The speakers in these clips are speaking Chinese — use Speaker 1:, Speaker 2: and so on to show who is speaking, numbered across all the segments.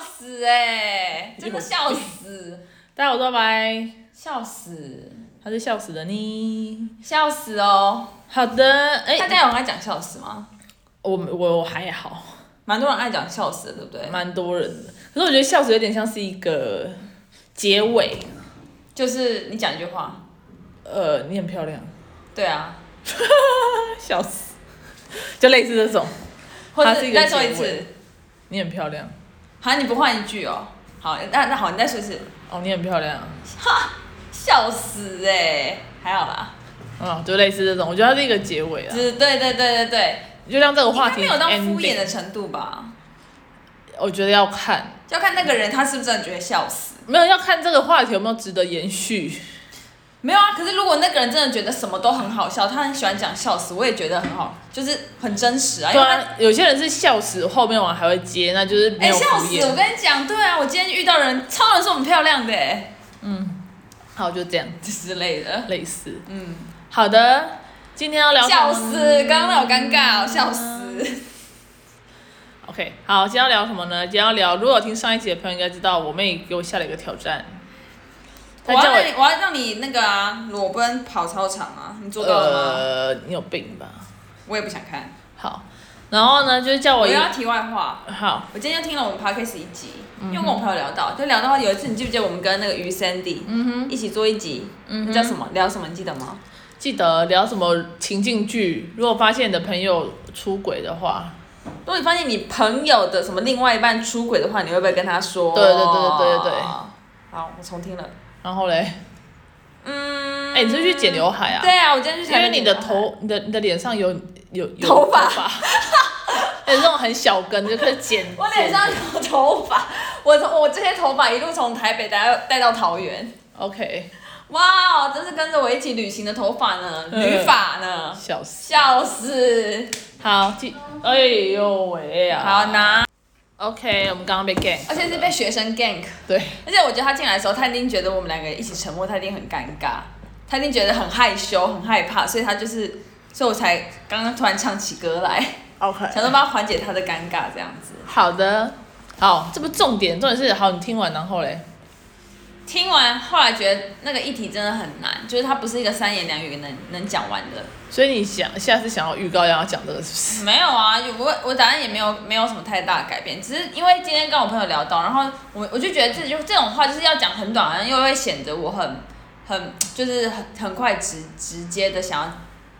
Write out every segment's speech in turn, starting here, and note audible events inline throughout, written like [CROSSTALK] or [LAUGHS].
Speaker 1: 死哎、真的笑死，
Speaker 2: 大家好，我是拜拜，
Speaker 1: 笑死，
Speaker 2: 他是笑死的你。
Speaker 1: 笑死哦！
Speaker 2: 好的，哎、
Speaker 1: 大家有爱讲笑死吗？
Speaker 2: 我我我还好，
Speaker 1: 蛮多人爱讲笑死的，对不对？
Speaker 2: 蛮多人的，可是我觉得笑死有点像是一个结尾。
Speaker 1: 就是你讲一句话，
Speaker 2: 呃，你很漂亮， [LAUGHS]
Speaker 1: 对啊，
Speaker 2: 笑死，就类似这种，
Speaker 1: 或者
Speaker 2: 它是一个
Speaker 1: 再说一
Speaker 2: 结尾
Speaker 1: 次，
Speaker 2: 你很漂亮，
Speaker 1: 好，你不换一句哦。好，那那好，你再说一次，
Speaker 2: 哦，你很漂亮，
Speaker 1: 笑死哎、还好啦，
Speaker 2: 嗯，就类似这种，我觉得它是一个结尾啊
Speaker 1: 就，是对对对对对，
Speaker 2: 就像这个
Speaker 1: 应
Speaker 2: 话
Speaker 1: 该
Speaker 2: 题
Speaker 1: 没有到敷衍
Speaker 2: ending，
Speaker 1: 的程度吧？
Speaker 2: 我觉得要看，
Speaker 1: 要看那个人他是不是真的觉得笑死。
Speaker 2: 没有要看这个话题有没有值得延续。
Speaker 1: 没有啊，可是如果那个人真的觉得什么都很好笑，他很喜欢讲笑死，我也觉得很好，就是很真实啊。因
Speaker 2: 对
Speaker 1: 为他
Speaker 2: 啊，有些人是笑死，后面我还会接，那就是没
Speaker 1: 哎、
Speaker 2: 有敷
Speaker 1: 笑死！
Speaker 2: 衍。
Speaker 1: 我跟你讲，对啊，我今天遇到人，超人说我们漂亮的、欸，
Speaker 2: 好，就这样，
Speaker 1: 之类的。
Speaker 2: 类似。
Speaker 1: 嗯，
Speaker 2: 好的，今天要聊
Speaker 1: 笑
Speaker 2: 什么呢
Speaker 1: 死！刚刚好尴尬、哦，笑死。
Speaker 2: OK，好，今天要聊什么呢？今天要聊，如果有听上一集的朋友应该知道，我妹给我下了一个挑战，
Speaker 1: 我
Speaker 2: 她
Speaker 1: 要
Speaker 2: 叫
Speaker 1: 让你
Speaker 2: 我，
Speaker 1: 我要让你那个啊，裸奔跑操场啊，你做到了吗？
Speaker 2: 呃，你有病吧？
Speaker 1: 我也不想看。
Speaker 2: 好，然后呢，就是叫我
Speaker 1: 我
Speaker 2: 一
Speaker 1: 又要题外话，
Speaker 2: 好，
Speaker 1: 我今天就听了我们 podcast 一集，因为我跟我朋友聊到，就聊到有一次，你记不记得我们跟那个于 Sandy，一
Speaker 2: 嗯
Speaker 1: 起做一集，那叫什么？聊什么？你记得吗？
Speaker 2: 记得聊什么情境剧？如果发现你的朋友出轨的话，
Speaker 1: 如果你发现你朋友的什么另外一半出轨的话，你会不会跟他说？
Speaker 2: 对对对对对对
Speaker 1: 好，我重听了。
Speaker 2: 然后嘞，
Speaker 1: 嗯。
Speaker 2: 哎、你是去剪刘海啊？
Speaker 1: 对啊，我今天去
Speaker 2: 因
Speaker 1: 剪
Speaker 2: 为
Speaker 1: 了
Speaker 2: 你的头、你的、你的脸上有有有
Speaker 1: 头发
Speaker 2: 发， [LAUGHS] 而且这种很小根，就可以剪。
Speaker 1: 我脸上有头发， [LAUGHS] 我从我这些头发一路从台北带到带到桃园，
Speaker 2: OK，
Speaker 1: 哇哦，真是跟着我一起旅行的头发呢，
Speaker 2: 嗯
Speaker 1: 旅发呢，
Speaker 2: 笑死。
Speaker 1: 笑死！
Speaker 2: 好，记，哎呦喂啊！
Speaker 1: 好拿，
Speaker 2: OK，我们刚刚被 gank，
Speaker 1: 而且是被学生 gank，
Speaker 2: 对，
Speaker 1: 而且我觉得他进来的时候，他一定觉得我们两个一起沉默，他一定很尴尬，他一定觉得很害羞、很害怕，所以他就是，所以我才刚刚突然唱起歌来，
Speaker 2: OK，
Speaker 1: 想说帮他缓解他的尴尬这样子。
Speaker 2: 好的，好，这不重点，重点是好，你听完然后嘞，
Speaker 1: 听完后来觉得那个议题真的很难，就是它不是一个三言两语能能讲完的。
Speaker 2: 所以你想下次想要预告要讲这个是不
Speaker 1: [LAUGHS]
Speaker 2: 是？
Speaker 1: 没有啊，有我我答案也没有没有什么太大的改变，只是因为今天跟我朋友聊到，然后我我就觉得这就这种话就是要讲很短，好像又会显得我很很就是很很快直直接的想要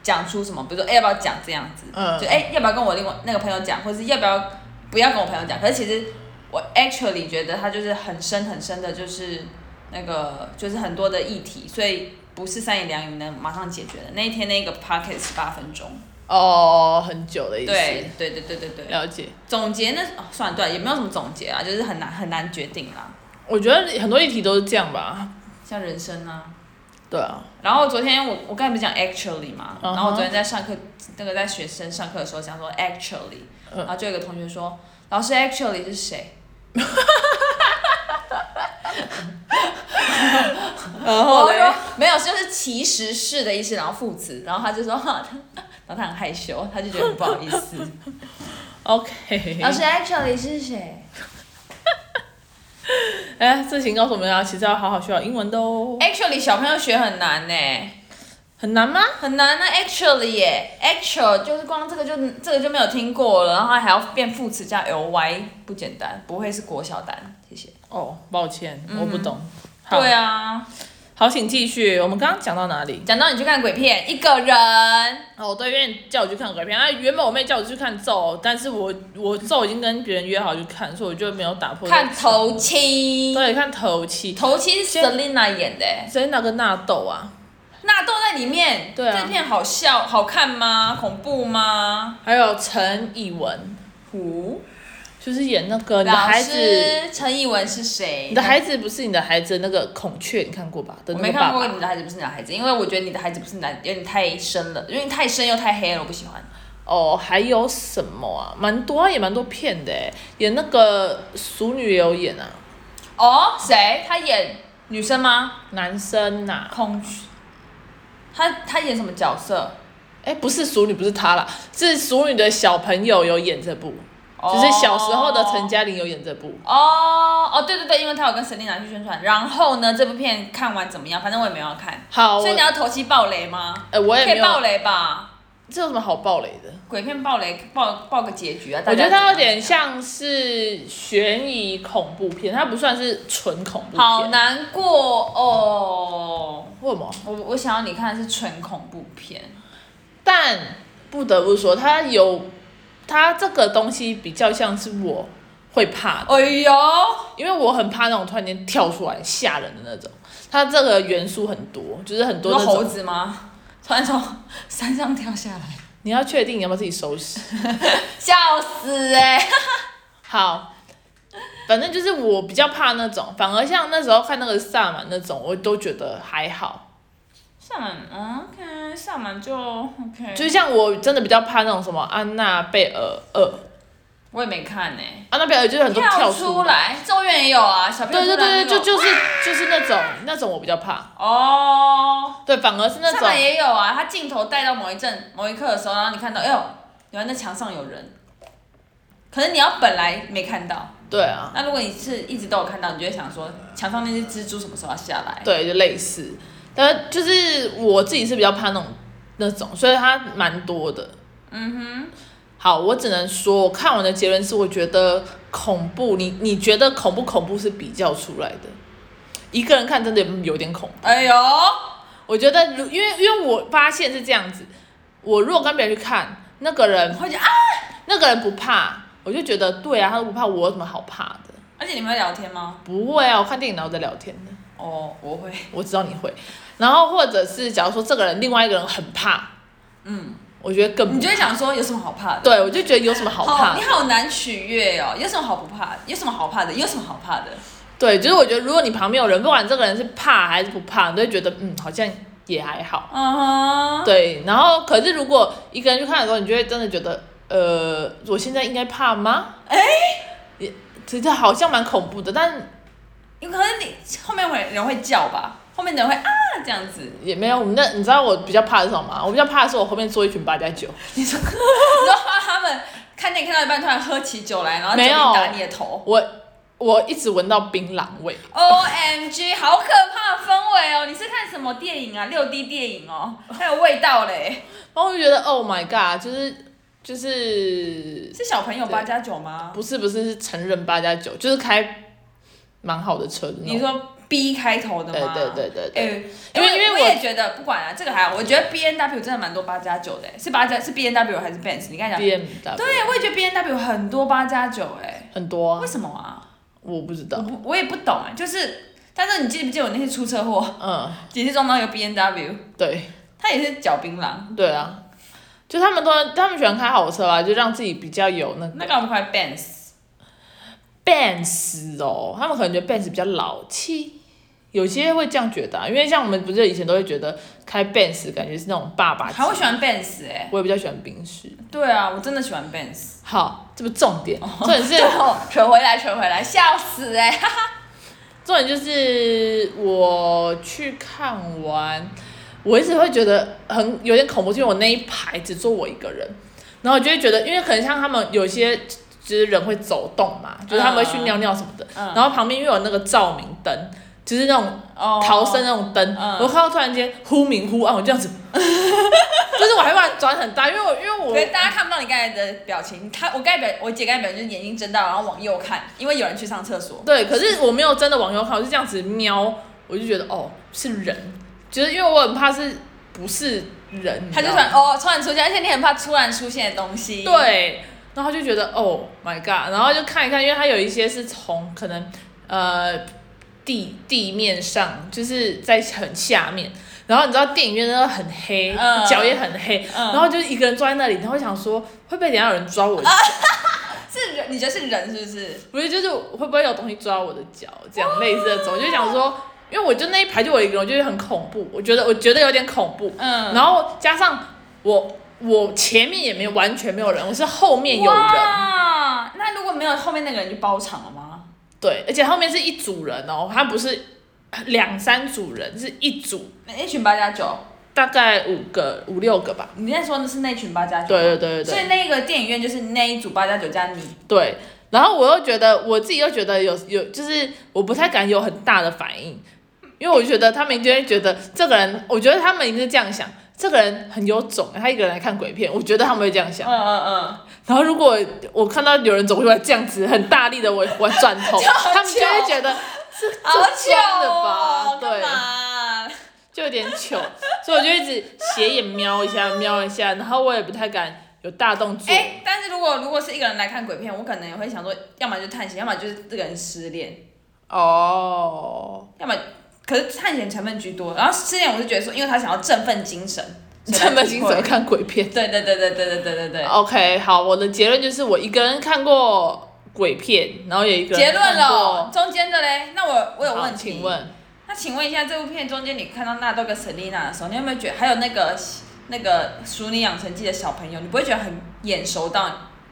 Speaker 1: 讲出什么，比如说哎、要不要讲这样子，
Speaker 2: 嗯
Speaker 1: 就哎、要不要跟我另外那个朋友讲，或是要不要不要跟我朋友讲，可是其实我 actually 觉得它就是很深很深的，就是那个就是很多的议题，所以不是三言两语能马上解决的。那一天那个 pocket 十八分钟。
Speaker 2: [LAUGHS] 哦，很久的意思，
Speaker 1: 对对对对对对，
Speaker 2: 了解。
Speaker 1: 总结那、哦、算了，对，也没有什么总结啊，就是很难很难决定啦，
Speaker 2: 我觉得很多议题都是这样吧，
Speaker 1: 像人生啊。
Speaker 2: 对啊，
Speaker 1: 然后昨天我我刚才不是讲 actually 嘛
Speaker 2: 嗯哼
Speaker 1: 然后我昨天在上课那个在学生上课的时候讲说 actually，、然
Speaker 2: 嗯
Speaker 1: 后就有一个同学说老师 actually 是谁？
Speaker 2: [LAUGHS] 然
Speaker 1: 然后
Speaker 2: 后
Speaker 1: 我就
Speaker 2: 嘞，
Speaker 1: 说没有，就是其实是的意思，然后副词，然后他就 [LAUGHS] 说，哈然后他很害羞，他就觉得很不好意思。
Speaker 2: [LAUGHS] OK，
Speaker 1: 老师 actually 是谁
Speaker 2: [LAUGHS] 哎，事情告诉我们啊，其实要好好学好英文的哦。
Speaker 1: ？actually 小朋友学很难呢、
Speaker 2: 很难吗？
Speaker 1: 很难呢、a c t u a l l y 耶，actual 就是光这个就这个就没有听过了，然后还要变副词加 ly，不简单，不会是国小单，谢谢。
Speaker 2: 哦，抱歉，我不懂。好
Speaker 1: 对啊，
Speaker 2: 好，请继续。我们刚刚讲到哪里？
Speaker 1: 讲到你去看鬼片，一个人，
Speaker 2: 哦，对，因为你叫我去看鬼片，啊，原本我妹叫我去看咒，但是我我咒已经跟别人约好去看，所以我就没有打破。
Speaker 1: 看头七，
Speaker 2: 对，看头七，
Speaker 1: 头七是 Selina 演的耶，
Speaker 2: 所以那个纳豆啊，
Speaker 1: 纳豆在里面，
Speaker 2: 对啊
Speaker 1: 这片好笑好看吗？恐怖吗？
Speaker 2: 还有陈以文，
Speaker 1: 胡
Speaker 2: 就是演那个你的
Speaker 1: 老
Speaker 2: 孩子，
Speaker 1: 师陈以文是谁？
Speaker 2: 你的孩子不是你的孩子那个孔雀，你看过吧？的
Speaker 1: 我
Speaker 2: 那
Speaker 1: 没
Speaker 2: 个爸
Speaker 1: 看过
Speaker 2: 爸。
Speaker 1: 你的孩子不是你的孩子，因为我觉得你的孩子不是你的孩子，有点太深了，因为太深又太黑了，我不喜欢。
Speaker 2: 哦，还有什么啊？蛮多啊，也蛮多片的欸，演那个熟女也有演啊，
Speaker 1: 哦，谁？他演女生吗？
Speaker 2: 男生啊呐、
Speaker 1: 孔雀。他他演什么角色？
Speaker 2: 哎，不是熟女，不是他啦，是熟女的小朋友有演这部。只是小时候的陈嘉玲有演这部。
Speaker 1: 哦哦，对对对，因为他有跟 Selina 去宣传，然后呢，这部片看完怎么样？反正我也没有要看，
Speaker 2: 好，
Speaker 1: 所以你
Speaker 2: 哦
Speaker 1: 要
Speaker 2: 我
Speaker 1: 头期爆雷吗？
Speaker 2: 呃我也
Speaker 1: 可
Speaker 2: 没
Speaker 1: 以爆
Speaker 2: 有，
Speaker 1: 雷吧？
Speaker 2: 这有什么好爆雷的？
Speaker 1: 鬼片爆雷爆爆个结局啊！大
Speaker 2: 我觉
Speaker 1: 家
Speaker 2: 得它有
Speaker 1: 怎样
Speaker 2: 点像是悬疑恐怖片，它不算是纯恐怖片。
Speaker 1: 好难过哦。
Speaker 2: 为什么？
Speaker 1: 我我想要你看的是纯恐怖片，
Speaker 2: 但不得不说，它有它这个东西比较像是我会怕的，
Speaker 1: 哎呦，
Speaker 2: 因为我很怕那种突然间跳出来吓人的那种。它这个元素很多，就是很多
Speaker 1: 有
Speaker 2: 那
Speaker 1: 猴
Speaker 2: 种。
Speaker 1: 子吗？突然从山上跳下来，
Speaker 2: 你要确定你要不要自己收拾。
Speaker 1: 笑死哎、
Speaker 2: 欸好，反正就是我比较怕那种，反而像那时候看那个萨满那种，我都觉得还好。
Speaker 1: 上满、嗯、，OK，上满就 OK。
Speaker 2: 就像我真的比较怕那种什么安娜贝尔二，
Speaker 1: 我也没看呢、
Speaker 2: 安娜贝尔就是很多
Speaker 1: 跳
Speaker 2: 跳
Speaker 1: 出
Speaker 2: 出。
Speaker 1: 来，咒怨也有啊，小朋
Speaker 2: 对
Speaker 1: 友
Speaker 2: 对对对，就
Speaker 1: 就
Speaker 2: 就是就是那种那种我比较怕，
Speaker 1: 哦，
Speaker 2: 对，反而是那
Speaker 1: 上
Speaker 2: 种
Speaker 1: 来也有啊，他镜头带到某一阵某一刻的时候，然后你看到，哎呦，原来那墙上有人，可能你要本来没看到，
Speaker 2: 对啊，
Speaker 1: 那如果你是一直都有看到，你就会想说，墙上那只蜘蛛什么时候要下来？
Speaker 2: 对，就类似。但就是我自己是比较怕那种那种，所以它蛮多的。
Speaker 1: 嗯
Speaker 2: 好，我只能说，我看完的结论是，我觉得恐怖，你你觉得恐不恐怖是比较出来的。一个人看真的有点恐
Speaker 1: 哼，哎呦，
Speaker 2: 我觉得如因为因为我发现是这样子，我如果跟别人去看，那个人
Speaker 1: 会觉得啊，
Speaker 2: 那个人不怕，我就觉得对啊，他都不怕，我有什么好怕的？
Speaker 1: 而且你们会聊天吗？
Speaker 2: 不会啊，我看电影然后在聊天的，
Speaker 1: 哦，我会，
Speaker 2: 我知道你会。然后或者是假如说这个人另外一个人很怕，
Speaker 1: 嗯，
Speaker 2: 我觉得更
Speaker 1: 你
Speaker 2: 不
Speaker 1: 就会想说有什么好怕的？
Speaker 2: 对，我就觉得有什么好怕
Speaker 1: 你
Speaker 2: 的？
Speaker 1: 好难取悦哦，有什么好不怕？有什么好怕的？有什么好怕的？
Speaker 2: 对，就是我觉得如果你旁边有人，不管这个人是怕还是不怕，你都会觉得嗯好像也还好。
Speaker 1: 嗯哼，
Speaker 2: 对，然后可是如果一个人去看的时候，你就会真的觉得呃，我现在应该怕吗？哎、也其实好像蛮恐怖的，但
Speaker 1: 有可能你后面会人会叫吧，后面的人会啊这样子。 [LAUGHS]
Speaker 2: 也没有。那你知道我比较怕的是什么吗？我比较怕的是我后面坐一群八加九。
Speaker 1: 你说，你说他们看电影看到一半，突然喝起酒来，然后酒
Speaker 2: 没
Speaker 1: 瓶
Speaker 2: 有
Speaker 1: 打你的头。
Speaker 2: 我我一直闻到槟榔味，
Speaker 1: O M G，好可怕的氛围哦！你是看什么电影啊？六 D 电影哦，还有味道嘞。
Speaker 2: 然后我就觉得 Oh my God，就是就是
Speaker 1: 是小朋友八加九吗？
Speaker 2: 不是不是是成人八加九，就是开蛮好的车的那种。
Speaker 1: 你说 B 开头的
Speaker 2: 对
Speaker 1: 吗？
Speaker 2: 对对对
Speaker 1: 哎、因
Speaker 2: 对，因
Speaker 1: 为因
Speaker 2: 为因
Speaker 1: 为
Speaker 2: 为
Speaker 1: 我
Speaker 2: 我
Speaker 1: 也觉得不管啊，这个还好。我觉得 B N W 真的蛮多八加九的、欸是八加是 B N W 还是 Benz？你刚才讲，
Speaker 2: B M W
Speaker 1: 哎对，我也觉得 B N W 很多八加九哎，
Speaker 2: 很多啊
Speaker 1: 为，什么啊？
Speaker 2: 我不知
Speaker 1: 我
Speaker 2: 道。
Speaker 1: 不我也不懂啊、就是，但是你记不记得我那次出车祸， [LAUGHS]
Speaker 2: 嗯，
Speaker 1: 也是撞到一个 B N W，
Speaker 2: 对
Speaker 1: 他也是嚼槟榔，
Speaker 2: 对啊，就他们都他们喜欢开好车啊，就让自己比较有那
Speaker 1: 那
Speaker 2: 个
Speaker 1: 个我们快 Benz，
Speaker 2: Benz 哦，他们可能觉得 Benz 比较老气。有些会这样觉得、啊，因为像我们不是以前都会觉得开 Benz 感觉是那种爸爸级
Speaker 1: 还，会喜欢 Benz 哎、
Speaker 2: 我也比较喜欢宾士。
Speaker 1: 对啊，我真的喜欢 Benz。
Speaker 2: 好，这不重点，重点
Speaker 1: [LAUGHS]
Speaker 2: 是
Speaker 1: 哦，扯回来，扯回来，笑死哎、欸！
Speaker 2: 重点就是我去看完，我一直会觉得很有点恐怖，是因为我那一排只坐我一个人，然后我就会觉得，因为可能像他们有些就是人会走动嘛，就是他们会去尿尿什么的，
Speaker 1: 嗯
Speaker 2: 然后旁边又有那个照明灯，就是那种
Speaker 1: 哦
Speaker 2: [LAUGHS] 逃生那种灯，
Speaker 1: 嗯
Speaker 2: 我看到突然间忽明忽暗，我这样子， [LAUGHS] 就是我害怕转很大，因为我因为我
Speaker 1: 哦可是大家看不到你刚才的表情，他我刚才表我姐刚才表情就是眼睛睁大，然后往右看，因为有人去上厕所。
Speaker 2: 对，可是我没有真的往右看，我是这样子瞄，我就觉得哦是人，就是因为我很怕是不是人，你
Speaker 1: 他
Speaker 2: 知
Speaker 1: 就突
Speaker 2: 道吗
Speaker 1: 然哦突然出现，而且你很怕突然出现的东西。，
Speaker 2: 对，然后就觉得哦 my god，然后就看一看，因为它有一些是从可能呃地地面上，就是在很下面，然后你知道电影院那个很黑，
Speaker 1: 嗯
Speaker 2: 脚也很黑，
Speaker 1: 嗯
Speaker 2: 然后就是一个人坐在那里，然后想说会不会等一下有人抓我的脚，
Speaker 1: 是人，你觉得是人是不是？
Speaker 2: 不是，就是会不会有东西抓我的脚，这样类似的种，我就想说，因为我就那一排就我一个人，我就觉得很恐怖，我觉得我觉得有点恐怖，
Speaker 1: 嗯
Speaker 2: 然后加上我我前面也没有完全没有人，我是后面有人，
Speaker 1: 哇，那如果没有后面那个人就包场了吗？
Speaker 2: 对，而且后面是一组人哦，他不是两三组人，是一组，
Speaker 1: 一群八加九，
Speaker 2: 大概五个五六个吧。
Speaker 1: 你在说的是那群八加九？
Speaker 2: 对对对对
Speaker 1: 所以
Speaker 2: 对
Speaker 1: 那个电影院就是那一组八加九加你，
Speaker 2: 对。然后我又觉得我自己又觉得有有，就是我不太敢有很大的反应，因为我觉得他们一定会觉得这个人，我觉得他们一定是这样想，这个人很有种，他一个人来看鬼片，我觉得他们会这样 [LAUGHS] 想。
Speaker 1: 嗯嗯嗯，
Speaker 2: 然后如果我看到有人走过来这样子很大力的我我转头，
Speaker 1: 好
Speaker 2: 他们就会
Speaker 1: 糗
Speaker 2: [LAUGHS] 觉得
Speaker 1: 好糗
Speaker 2: 装的吧
Speaker 1: 哦，干
Speaker 2: 对
Speaker 1: 嘛？
Speaker 2: 就有点糗，所以我就一直斜眼瞄一下瞄一下，然后我也不太敢有大动作。
Speaker 1: 哎、但是如果如果是一个人来看鬼片，我可能也会想说，要么就探险，要么就是这个人失恋，
Speaker 2: 哦，
Speaker 1: 要么可是探险成分居多。然后失恋，我是觉得说，因为他想要振奋精神，
Speaker 2: 这么清楚看鬼片。
Speaker 1: 对对对对对对对对
Speaker 2: 哦
Speaker 1: 对。
Speaker 2: OK，好，我的结论就是我一个人看过鬼片，然后也一个人
Speaker 1: 结论
Speaker 2: 看
Speaker 1: 了
Speaker 2: 过，。
Speaker 1: 中间的嘞，那我我有问
Speaker 2: 好
Speaker 1: 题，
Speaker 2: 请问
Speaker 1: 那请问一下，这部片中间你看到纳豆跟 Selina 的时候，你有没有觉得还有那个那个《熟女养成记》的小朋友，你不会觉得很眼熟到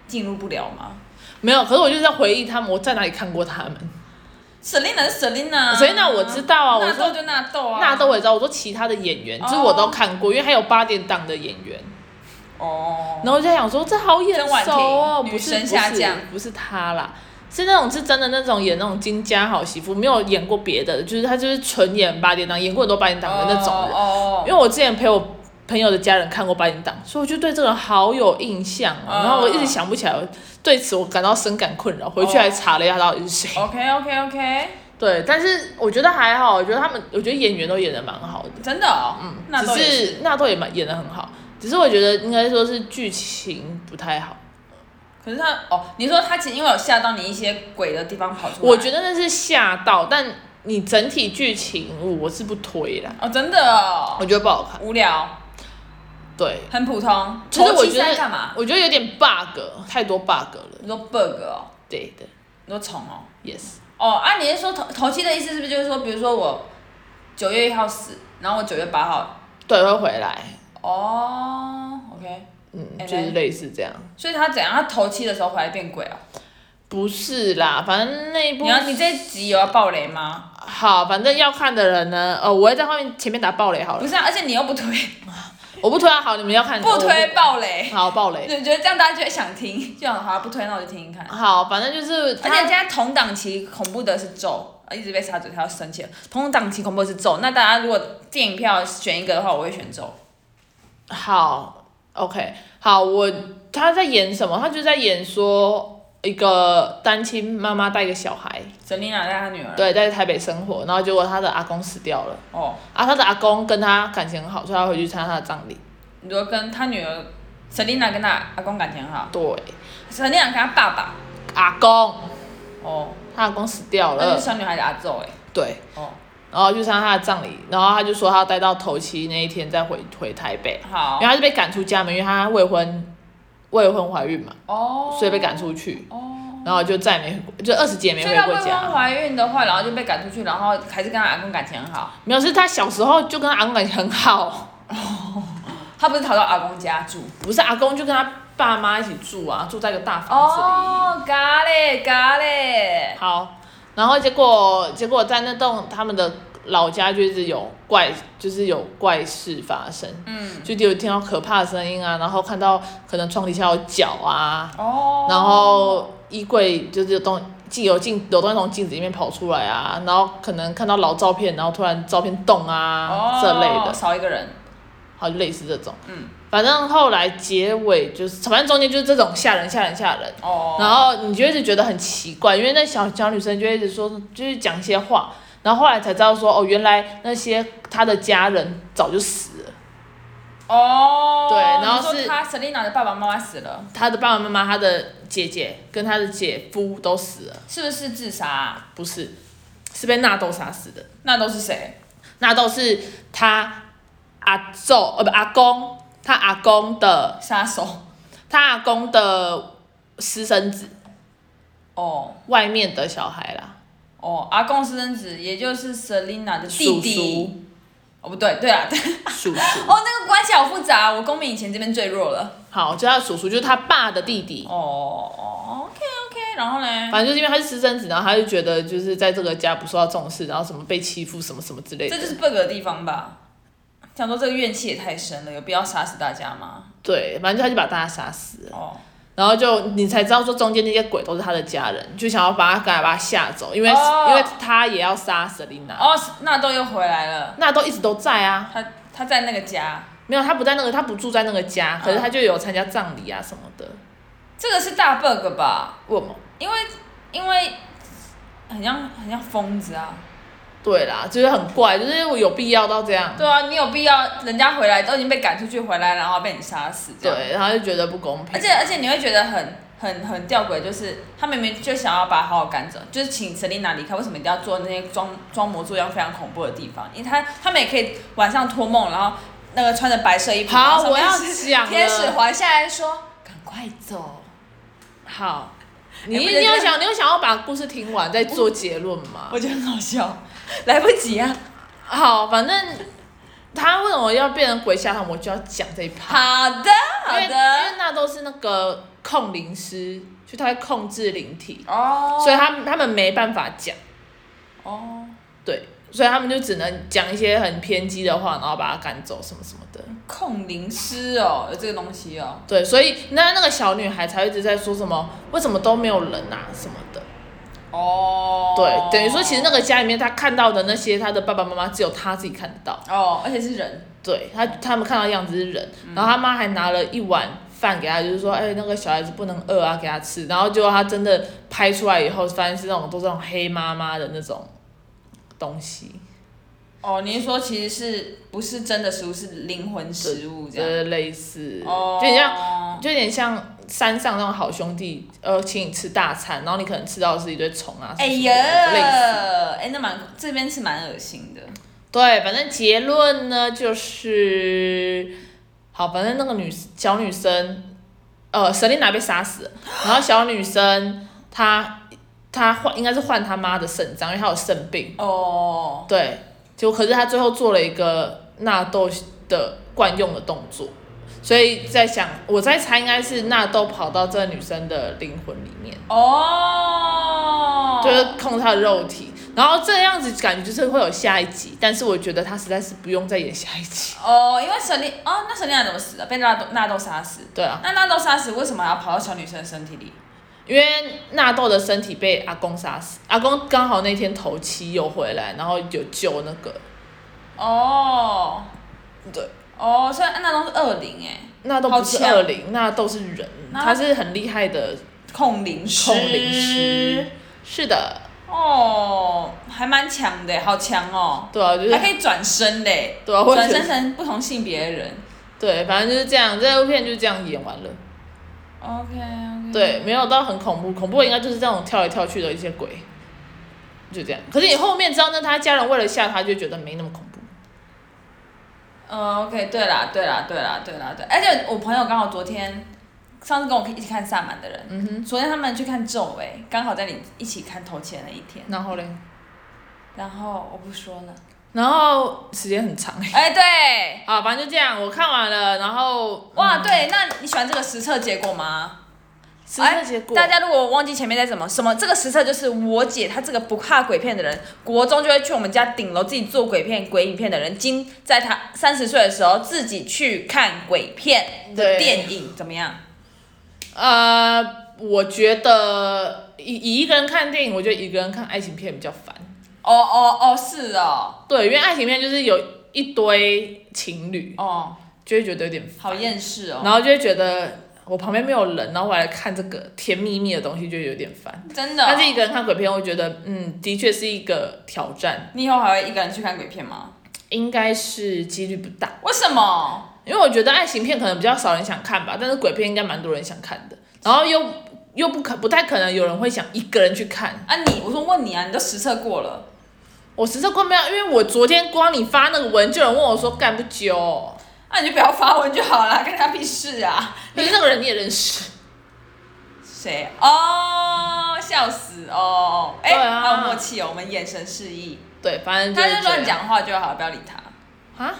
Speaker 1: 进入不了吗
Speaker 2: 没有？可是我就是在回忆他们，我在哪里看过他们？
Speaker 1: ？Selina 是 Selina，
Speaker 2: 所以那我知道啊，我
Speaker 1: 纳豆
Speaker 2: 说
Speaker 1: 就纳豆啊，
Speaker 2: 纳豆我也知道，我说其他的演员，就是我都看过，因为还有八点档的演员。
Speaker 1: 哦，
Speaker 2: 然后我就在想说，这好眼熟哦，
Speaker 1: 甄婉婷
Speaker 2: 不是
Speaker 1: 女神下降
Speaker 2: 不是不是她啦，是那种是真的那种演那种金家好媳妇，没有演过别的，就是她就是纯演八点档，演过很多八点档的那种人。
Speaker 1: 哦
Speaker 2: 因为我之前陪我朋友的家人看过八点档，所以我就对这个人好有印象哦。
Speaker 1: 哦
Speaker 2: 然后我一直想不起来，我对此我感到深感困扰，回去还查了一下到底是谁。
Speaker 1: OK OK OK，
Speaker 2: 哦对，但是我觉得还好，我觉得他们，我觉得演员都演的蛮好的。
Speaker 1: 真的、哦，嗯纳豆
Speaker 2: 只
Speaker 1: 也
Speaker 2: 是纳豆也蛮演的很好，只是我觉得应该说是剧情不太好。
Speaker 1: 可是他哦，你说他其实因为有吓到你一些鬼的地方跑出来，
Speaker 2: 我觉得那是吓到，但你整体剧情我是不推啦，
Speaker 1: 哦真的哦
Speaker 2: 我，觉得不好看。
Speaker 1: 无聊，
Speaker 2: 对，
Speaker 1: 很普通，
Speaker 2: 其实我
Speaker 1: 头七
Speaker 2: 觉
Speaker 1: 在
Speaker 2: 得
Speaker 1: 干嘛？
Speaker 2: 我觉得有点 bug，太多 bug 了。
Speaker 1: 你说 bug 哦，
Speaker 2: 对的
Speaker 1: 你说虫哦。
Speaker 2: ，yes，
Speaker 1: 哦，啊，你是说头头七的意思是不是就是说，比如说我九月一号死，然后我九月八号，
Speaker 2: 对，会回来，
Speaker 1: 哦，OK，
Speaker 2: 嗯，
Speaker 1: And
Speaker 2: 就是类似这样。
Speaker 1: 所以他怎样？他头七的时候回来变鬼啊？
Speaker 2: 不是啦，反正那一部
Speaker 1: 你要你这一集有要爆雷吗？
Speaker 2: 好，反正要看的人呢，呃，我会在后面前面打暴雷好
Speaker 1: 不
Speaker 2: 了，
Speaker 1: 是啊，而且你又 [LAUGHS] 不推，
Speaker 2: 我不推啊，好，你们要看
Speaker 1: 不推爆雷，
Speaker 2: 好暴雷，
Speaker 1: 你觉得这样大家就会想听，就想好不推，那我就听听看。
Speaker 2: 好，反正就是
Speaker 1: 而且
Speaker 2: 他
Speaker 1: 现在同档期恐怖的是咒，呃一直被插嘴，他要生气了。同档期恐怖的是咒，那大家如果电影票选一个的话，我会选咒。
Speaker 2: 好，OK，好，我他在演什么？他就在演说一个单亲妈妈带一个小孩，
Speaker 1: 沈丽娜带她女儿，
Speaker 2: 对，在台北生活，然后结果他的阿公死掉了，
Speaker 1: 哦，
Speaker 2: 啊，他的阿公跟他感情很好，所以他回去参加他的葬礼，
Speaker 1: 你说跟她女儿沈丽娜跟她阿公感情很好。
Speaker 2: 对，
Speaker 1: 陈念跟他爸爸，
Speaker 2: 阿公，
Speaker 1: 哦，
Speaker 2: 他阿公死掉
Speaker 1: 那就
Speaker 2: 了
Speaker 1: 是，小女孩的阿宙哎、
Speaker 2: 对，
Speaker 1: 哦，
Speaker 2: 然后去参加他的葬礼，然后他就说他要待到头七那一天再回回台北，因
Speaker 1: 好
Speaker 2: 为，他是被赶出家门，因为他未婚未婚怀孕嘛，
Speaker 1: 哦，
Speaker 2: 所以被赶出去，
Speaker 1: 哦，
Speaker 2: 然后就再也没回就二十几也没
Speaker 1: 所以她
Speaker 2: 回
Speaker 1: 未
Speaker 2: 过
Speaker 1: 婚哦
Speaker 2: 家。
Speaker 1: 怀孕的话，然后就被赶出去，然后还是跟她阿公感情很好，
Speaker 2: 没有，是他小时候就跟阿公感情很好，
Speaker 1: 她不是逃到阿公家住，
Speaker 2: 不是阿公就跟他爸妈一起住啊，住在一个大房子里。
Speaker 1: 哦，嘎嘞嘎嘞，
Speaker 2: 好，然后结果结果在那栋他们的老家就一直有怪，就是有怪事发生，
Speaker 1: 嗯，
Speaker 2: 就有听到可怕的声音啊，然后看到可能床底下有脚啊，
Speaker 1: 哦，
Speaker 2: 然后衣柜就是有东镜有镜有东西从镜子里面跑出来啊，然后可能看到老照片，然后突然照片动啊、
Speaker 1: 哦
Speaker 2: 这类的，
Speaker 1: 少一个人，
Speaker 2: 好就类似这种。
Speaker 1: 嗯，
Speaker 2: 反正后来结尾就是，反正中间就是这种吓人吓人吓人，
Speaker 1: 哦，
Speaker 2: 然后你就一直觉得很奇怪，因为那小小女生就一直说，就是讲一些话，然后后来才知道说，哦，原来那些她的家人早就死了，
Speaker 1: 哦，
Speaker 2: 对然后
Speaker 1: 你
Speaker 2: 是
Speaker 1: 说她 Selina 的爸爸妈妈死了，
Speaker 2: 她的爸爸妈妈、她的姐姐跟她的姐夫都死了，
Speaker 1: 是不是自杀啊、
Speaker 2: 不是，是被纳豆杀死的。
Speaker 1: 那都是谁？
Speaker 2: 纳豆是她阿昼呃不阿公，她阿公的
Speaker 1: 杀手，
Speaker 2: 她阿公的私生子，
Speaker 1: 哦。
Speaker 2: 外面的小孩啦，
Speaker 1: 哦，阿贡私生子，也就是 Selina 的弟
Speaker 2: 叔
Speaker 1: 弟。
Speaker 2: 叔
Speaker 1: 哦，不对，对啊，对
Speaker 2: 叔叔，
Speaker 1: 哦，那个关系好复杂，哦我公民以前这边最弱了。
Speaker 2: 好，就他的叔叔就是他爸的弟弟。
Speaker 1: 哦，OK OK，然后 [LAUGHS] 嘞，
Speaker 2: 反正就是因为他是私生子，然后他就觉得就是在这个家不受到重视，然后什么被欺负什么什么之类
Speaker 1: 这
Speaker 2: 的
Speaker 1: 就。是 bug 的地方吧？想说这个怨气也太深了，有必要杀死大家吗？
Speaker 2: 对，反正他就把大家杀死了，
Speaker 1: 哦，
Speaker 2: 然后就你才知道说中间那些鬼都是他的家人，就想要把他赶快把他吓走，因为、
Speaker 1: 哦
Speaker 2: 因为他也要杀 Selina，
Speaker 1: 哦，纳豆又回来了，
Speaker 2: 纳豆一直都在啊，
Speaker 1: 他他在那个家，
Speaker 2: 没有他不在那个他不住在那个家，可是
Speaker 1: 嗯
Speaker 2: 他就有参加葬礼啊什么的，
Speaker 1: 这个是大 bug 吧？
Speaker 2: 为什么？
Speaker 1: 因为因为很像很像疯子啊。
Speaker 2: 对啦，就是很怪，就是我有必要到这样。
Speaker 1: 对啊，你有必要人家回来都已经被赶出去回来，然后被你杀死这样。
Speaker 2: 对，然后就觉得不公平。
Speaker 1: 而且而且你会觉得很很很吊诡，就是他明明就想要把好好赶走，就是请 Selina 离开，为什么一定要做那些装装模作样非常恐怖的地方？因为他他们也可以晚上托梦，然后那个穿着白色衣服，然后
Speaker 2: 好，
Speaker 1: 上
Speaker 2: 我
Speaker 1: 面
Speaker 2: 要
Speaker 1: 是
Speaker 2: 讲
Speaker 1: 天使
Speaker 2: 了。
Speaker 1: 滑下来说：“赶快走。
Speaker 2: 好，你
Speaker 1: 哎不
Speaker 2: 你
Speaker 1: 能
Speaker 2: 有
Speaker 1: 这样
Speaker 2: 想你有想要把故事听完再做结论”吗？
Speaker 1: 我觉得很好笑， [LAUGHS] 来不及啊！
Speaker 2: 好，反正他为什么要变成鬼吓他们，我就要讲这一
Speaker 1: 好
Speaker 2: 趴。
Speaker 1: 的好
Speaker 2: 因为因
Speaker 1: 的
Speaker 2: 为那都是那个控灵师，就他会控制灵体，
Speaker 1: 哦
Speaker 2: 所以他他们没办法讲，
Speaker 1: 哦，
Speaker 2: 对，所以他们就只能讲一些很偏激的话，然后把他赶走什么什么的。
Speaker 1: 控灵师哦，有这个东西哦。
Speaker 2: 对，所以那那个小女孩才会一直在说什么，为什么都没有人啊什么的。
Speaker 1: 哦，
Speaker 2: 对，等于说其实那个家里面她看到的那些，她的爸爸妈妈只有她自己看得到。
Speaker 1: 哦，而且是人，
Speaker 2: 对，她他们看到的样子是人，
Speaker 1: 嗯
Speaker 2: 然后她妈还拿了一碗饭给她，就是说，哎、那个小孩子不能饿啊，给她吃。然后结果她真的拍出来以后，发现是那种都是那种黑妈妈的那种东西，
Speaker 1: 哦，你是说其实是不是真的食物，是灵魂食物这
Speaker 2: 就
Speaker 1: 样？
Speaker 2: 是类似，
Speaker 1: 哦，
Speaker 2: 就很像
Speaker 1: 像，
Speaker 2: 就有点像山上那种好兄弟，呃，请你吃大餐，然后你可能吃到的是一堆虫啊，
Speaker 1: 哎
Speaker 2: 什么什么的类似。
Speaker 1: 呀，哎，那蛮这边是蛮恶心的，
Speaker 2: 对，反正结论呢就是，好，反正那个女小女生，呃，Selina 被杀死了，然后小女生她她换应该是换她妈的肾脏，因为她有肾病。
Speaker 1: 哦，
Speaker 2: 对，结果可是她最后做了一个纳豆的惯用的动作，所以在想，我在猜应该是纳豆跑到这个女生的灵魂里面。
Speaker 1: 哦，
Speaker 2: 就是控他的肉体，然后这样子感觉就是会有下一集，但是我觉得他实在是不用再演下一集。
Speaker 1: 哦，因为神力，哦，那神力娜怎么死的？被纳豆纳豆杀死。
Speaker 2: 对啊，
Speaker 1: 那纳豆杀死为什么还要跑到小女生的身体里？
Speaker 2: 因为纳豆的身体被阿公杀死，阿公刚好那天头七有回来，然后有救那个，
Speaker 1: 哦，
Speaker 2: 对，
Speaker 1: 哦，所以纳豆是恶灵哎，
Speaker 2: 纳豆不是
Speaker 1: 好强
Speaker 2: 恶灵，纳豆是人，
Speaker 1: 那
Speaker 2: 他是很厉害的
Speaker 1: 控灵师，
Speaker 2: 控灵师。是的，
Speaker 1: 哦，还蛮强的，好强哦，
Speaker 2: 对啊，就是
Speaker 1: 还可以转身嘞，
Speaker 2: 对啊，我也
Speaker 1: 转
Speaker 2: 觉
Speaker 1: 身
Speaker 2: 得
Speaker 1: 成不同性别的人。
Speaker 2: 对，反正就是这样，这部片就这样演完了。
Speaker 1: OK OK。，
Speaker 2: 对，没有到很恐怖，恐怖应该就是这种跳来跳去的一些鬼，就这样。可是你后面知道，那他家人为了吓他，就觉得没那么恐怖。
Speaker 1: 呃，OK，对啦，对啦，对啦，对啦，对，而且我朋友刚好昨天，上次跟我一起看萨满的人，
Speaker 2: 嗯哼，
Speaker 1: 昨天他们去看咒哎，刚好在你一起看头前那一天，
Speaker 2: 然后嘞，
Speaker 1: 然后我不说了。
Speaker 2: 然后时间很长欸
Speaker 1: 哎，对，
Speaker 2: 啊，反正就这样，我看完了，然后
Speaker 1: 哇，对，那你喜欢这个实测结果吗？
Speaker 2: 实测结果，
Speaker 1: 哎大家如果忘记前面在什么什么，这个实测就是我姐她这个不怕鬼片的人，国中就会去我们家顶楼自己做鬼片、鬼影片的人，今在她三十岁的时候自己去看鬼片的
Speaker 2: 对
Speaker 1: 电影，怎么样？
Speaker 2: 呃，我觉得以以一个人看电影，我觉得一个人看爱情片比较烦。
Speaker 1: 哦哦哦，是哦，
Speaker 2: 对，因为爱情片就是有一堆情侣，
Speaker 1: 哦，
Speaker 2: 就会觉得有点烦
Speaker 1: 好厌世哦，
Speaker 2: 然后就会觉得我旁边没有人，然后我来看这个甜蜜蜜的东西，就有点烦。
Speaker 1: 真的哦、
Speaker 2: 但是一个人看鬼片，我觉得嗯，的确是一个挑战，
Speaker 1: 你以后还会一个人去看鬼片吗？
Speaker 2: 应该是几率不大，
Speaker 1: 为什么？
Speaker 2: 因为我觉得爱情片可能比较少人想看吧，但是鬼片应该蛮多人想看的，然后又又不可不太可能有人会想一个人去看。
Speaker 1: 啊你，我说问你啊，你都实测过了，
Speaker 2: 我实测过没有？因为我昨天光你发那个文，就有人问我说干不久、 [LAUGHS]
Speaker 1: 那、啊你就不要发文就好了，跟他屁事啊！
Speaker 2: 可是那个人你也认识，
Speaker 1: 谁？哦，笑死哦！哎、
Speaker 2: 对啊
Speaker 1: 好有默契哦，我们眼神示意，
Speaker 2: 对，反正就
Speaker 1: 他
Speaker 2: 是
Speaker 1: 就
Speaker 2: 这样
Speaker 1: 乱讲话就好，不要理他。
Speaker 2: 啊，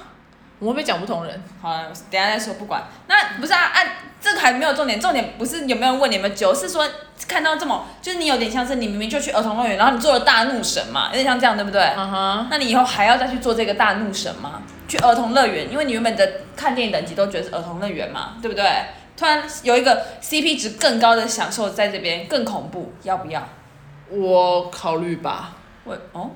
Speaker 2: 我会不会讲不同人？
Speaker 1: 好了，等一下再说，不管。那不是啊，按、这个还没有重点，重点不是有没有人问你有没有酒，是说看到这么，就是你有点像是你明明就去儿童乐园，然后你做了大怒神嘛，有点像这样，对不对？
Speaker 2: 啊哈。
Speaker 1: 那你以后还要再去做这个大怒神吗？去儿童乐园，因为你原本的看电影等级都觉得是儿童乐园嘛，对不对？突然有一个 CP 值更高的享受在这边，更恐怖，要不要？
Speaker 2: 我考虑吧。
Speaker 1: 我哦，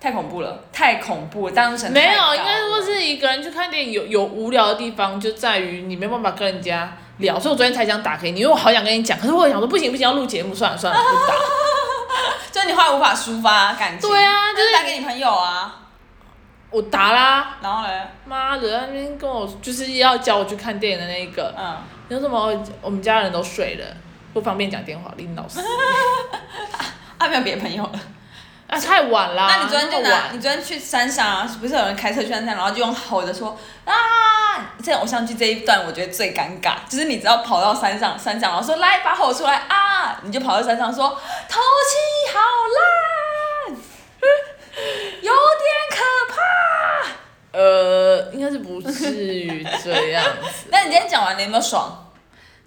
Speaker 1: 太恐怖了，太恐怖了，单身
Speaker 2: 没有，应该说是一个人去看电影有有无聊的地方，就在于你没办法跟人家聊。所以我昨天才想打给你，因为我好想跟你讲，可是我想说不行不行，要录节目，算了算了，不打。
Speaker 1: 就是你后来无法抒发感情，
Speaker 2: [LAUGHS] 对啊
Speaker 1: 那
Speaker 2: 就是
Speaker 1: 打给你朋友啊，
Speaker 2: 我打啦，
Speaker 1: 然后嘞，
Speaker 2: 妈的，那边跟我就是要叫我去看电影的那一个，
Speaker 1: 嗯，
Speaker 2: 你说什么？我们家人都睡了，不方便讲电话，
Speaker 1: [LAUGHS]
Speaker 2: 林老师。
Speaker 1: 啊没有别的朋友了。
Speaker 2: 啊，太晚啦！
Speaker 1: 那你昨天就
Speaker 2: 那么
Speaker 1: 拿
Speaker 2: 晚
Speaker 1: 你昨天去山上啊，不是有人开车去山上，然后就用吼的说啊！在偶像剧这一段，我觉得最尴尬，就是你只要跑到山上，山上然后说来把吼出来啊，你就跑到山上说头气好烂， [LAUGHS] 有点可怕。
Speaker 2: 呃，应该是不至于这样子。 [LAUGHS]
Speaker 1: 那你今天讲完，你有没有爽？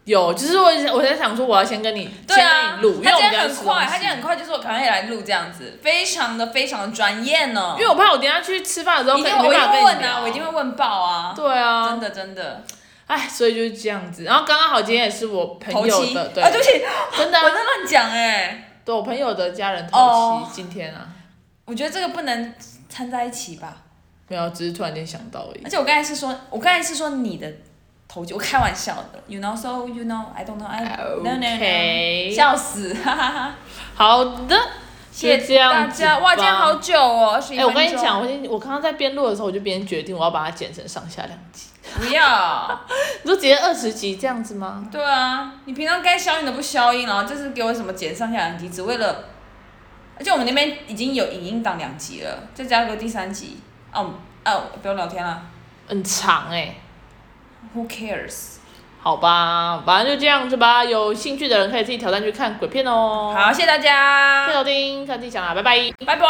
Speaker 2: 有，就是我我在想说，我要先跟你、
Speaker 1: 对
Speaker 2: 先
Speaker 1: 啊，
Speaker 2: 跟你录，因为
Speaker 1: 他
Speaker 2: 我
Speaker 1: 今天
Speaker 2: 们家
Speaker 1: 很
Speaker 2: 吃
Speaker 1: 快，
Speaker 2: 东
Speaker 1: 他今
Speaker 2: 西
Speaker 1: 天很快就说我赶快来录这样子，非常的非常的专业呢。
Speaker 2: 因为我怕我等一下去吃饭的时候
Speaker 1: 一
Speaker 2: 跟
Speaker 1: 定
Speaker 2: 没
Speaker 1: 我一定
Speaker 2: 办法跟
Speaker 1: 会问
Speaker 2: 你
Speaker 1: 啊，
Speaker 2: 聊
Speaker 1: 我一定会问爆啊，
Speaker 2: 对啊
Speaker 1: 真，的真的。
Speaker 2: 哎，所以就是这样子。然后刚刚好今天也是我朋
Speaker 1: 头
Speaker 2: 友
Speaker 1: 七
Speaker 2: 的，对，
Speaker 1: 啊，对不起，
Speaker 2: 真的啊
Speaker 1: 我在乱讲哎，
Speaker 2: 对我朋友的家人头七、
Speaker 1: 哦
Speaker 2: 今天啊，
Speaker 1: 我觉得这个不能掺在一起吧。
Speaker 2: 没有，只是突然间想到而已
Speaker 1: 而。且我刚才是说，我刚才是说你的头巾，我开玩笑的，you know so you know I don't know I no no no，
Speaker 2: OK，
Speaker 1: 笑死，哈哈哈。
Speaker 2: 好的，
Speaker 1: 谢
Speaker 2: 谢
Speaker 1: 谢
Speaker 2: 这
Speaker 1: 大
Speaker 2: 样子
Speaker 1: 家，哇，今天
Speaker 2: 吧
Speaker 1: 好久哦，二十一
Speaker 2: 哎、我跟你讲，，我已经我刚刚在边录的时候，我就边决定我要把它剪成上下两集。
Speaker 1: 不要，
Speaker 2: 你说直接二十集这样子吗？
Speaker 1: 对啊，你平常该消音的不消音，然后这次给我什么剪上下两集，只为了，而且我们那边已经有影音档两集了，再加个第三集，哦哦，不用聊天了
Speaker 2: 很长哎、
Speaker 1: ，Who cares？
Speaker 2: 好吧，反正就这样子吧。有兴趣的人可以自己挑战去看鬼片哦。
Speaker 1: 好，谢谢大
Speaker 2: 谢谢
Speaker 1: 家，
Speaker 2: 收听，看自己想啦，拜拜。
Speaker 1: 拜拜。